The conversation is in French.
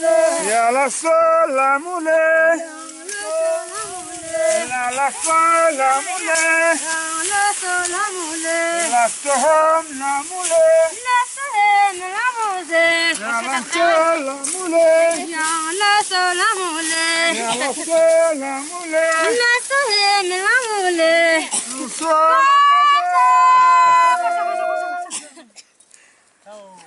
La la sol la moulée, la la sol la moulée, la sohom la moulée, la la sol la moulée, la la sol la moulée, la sol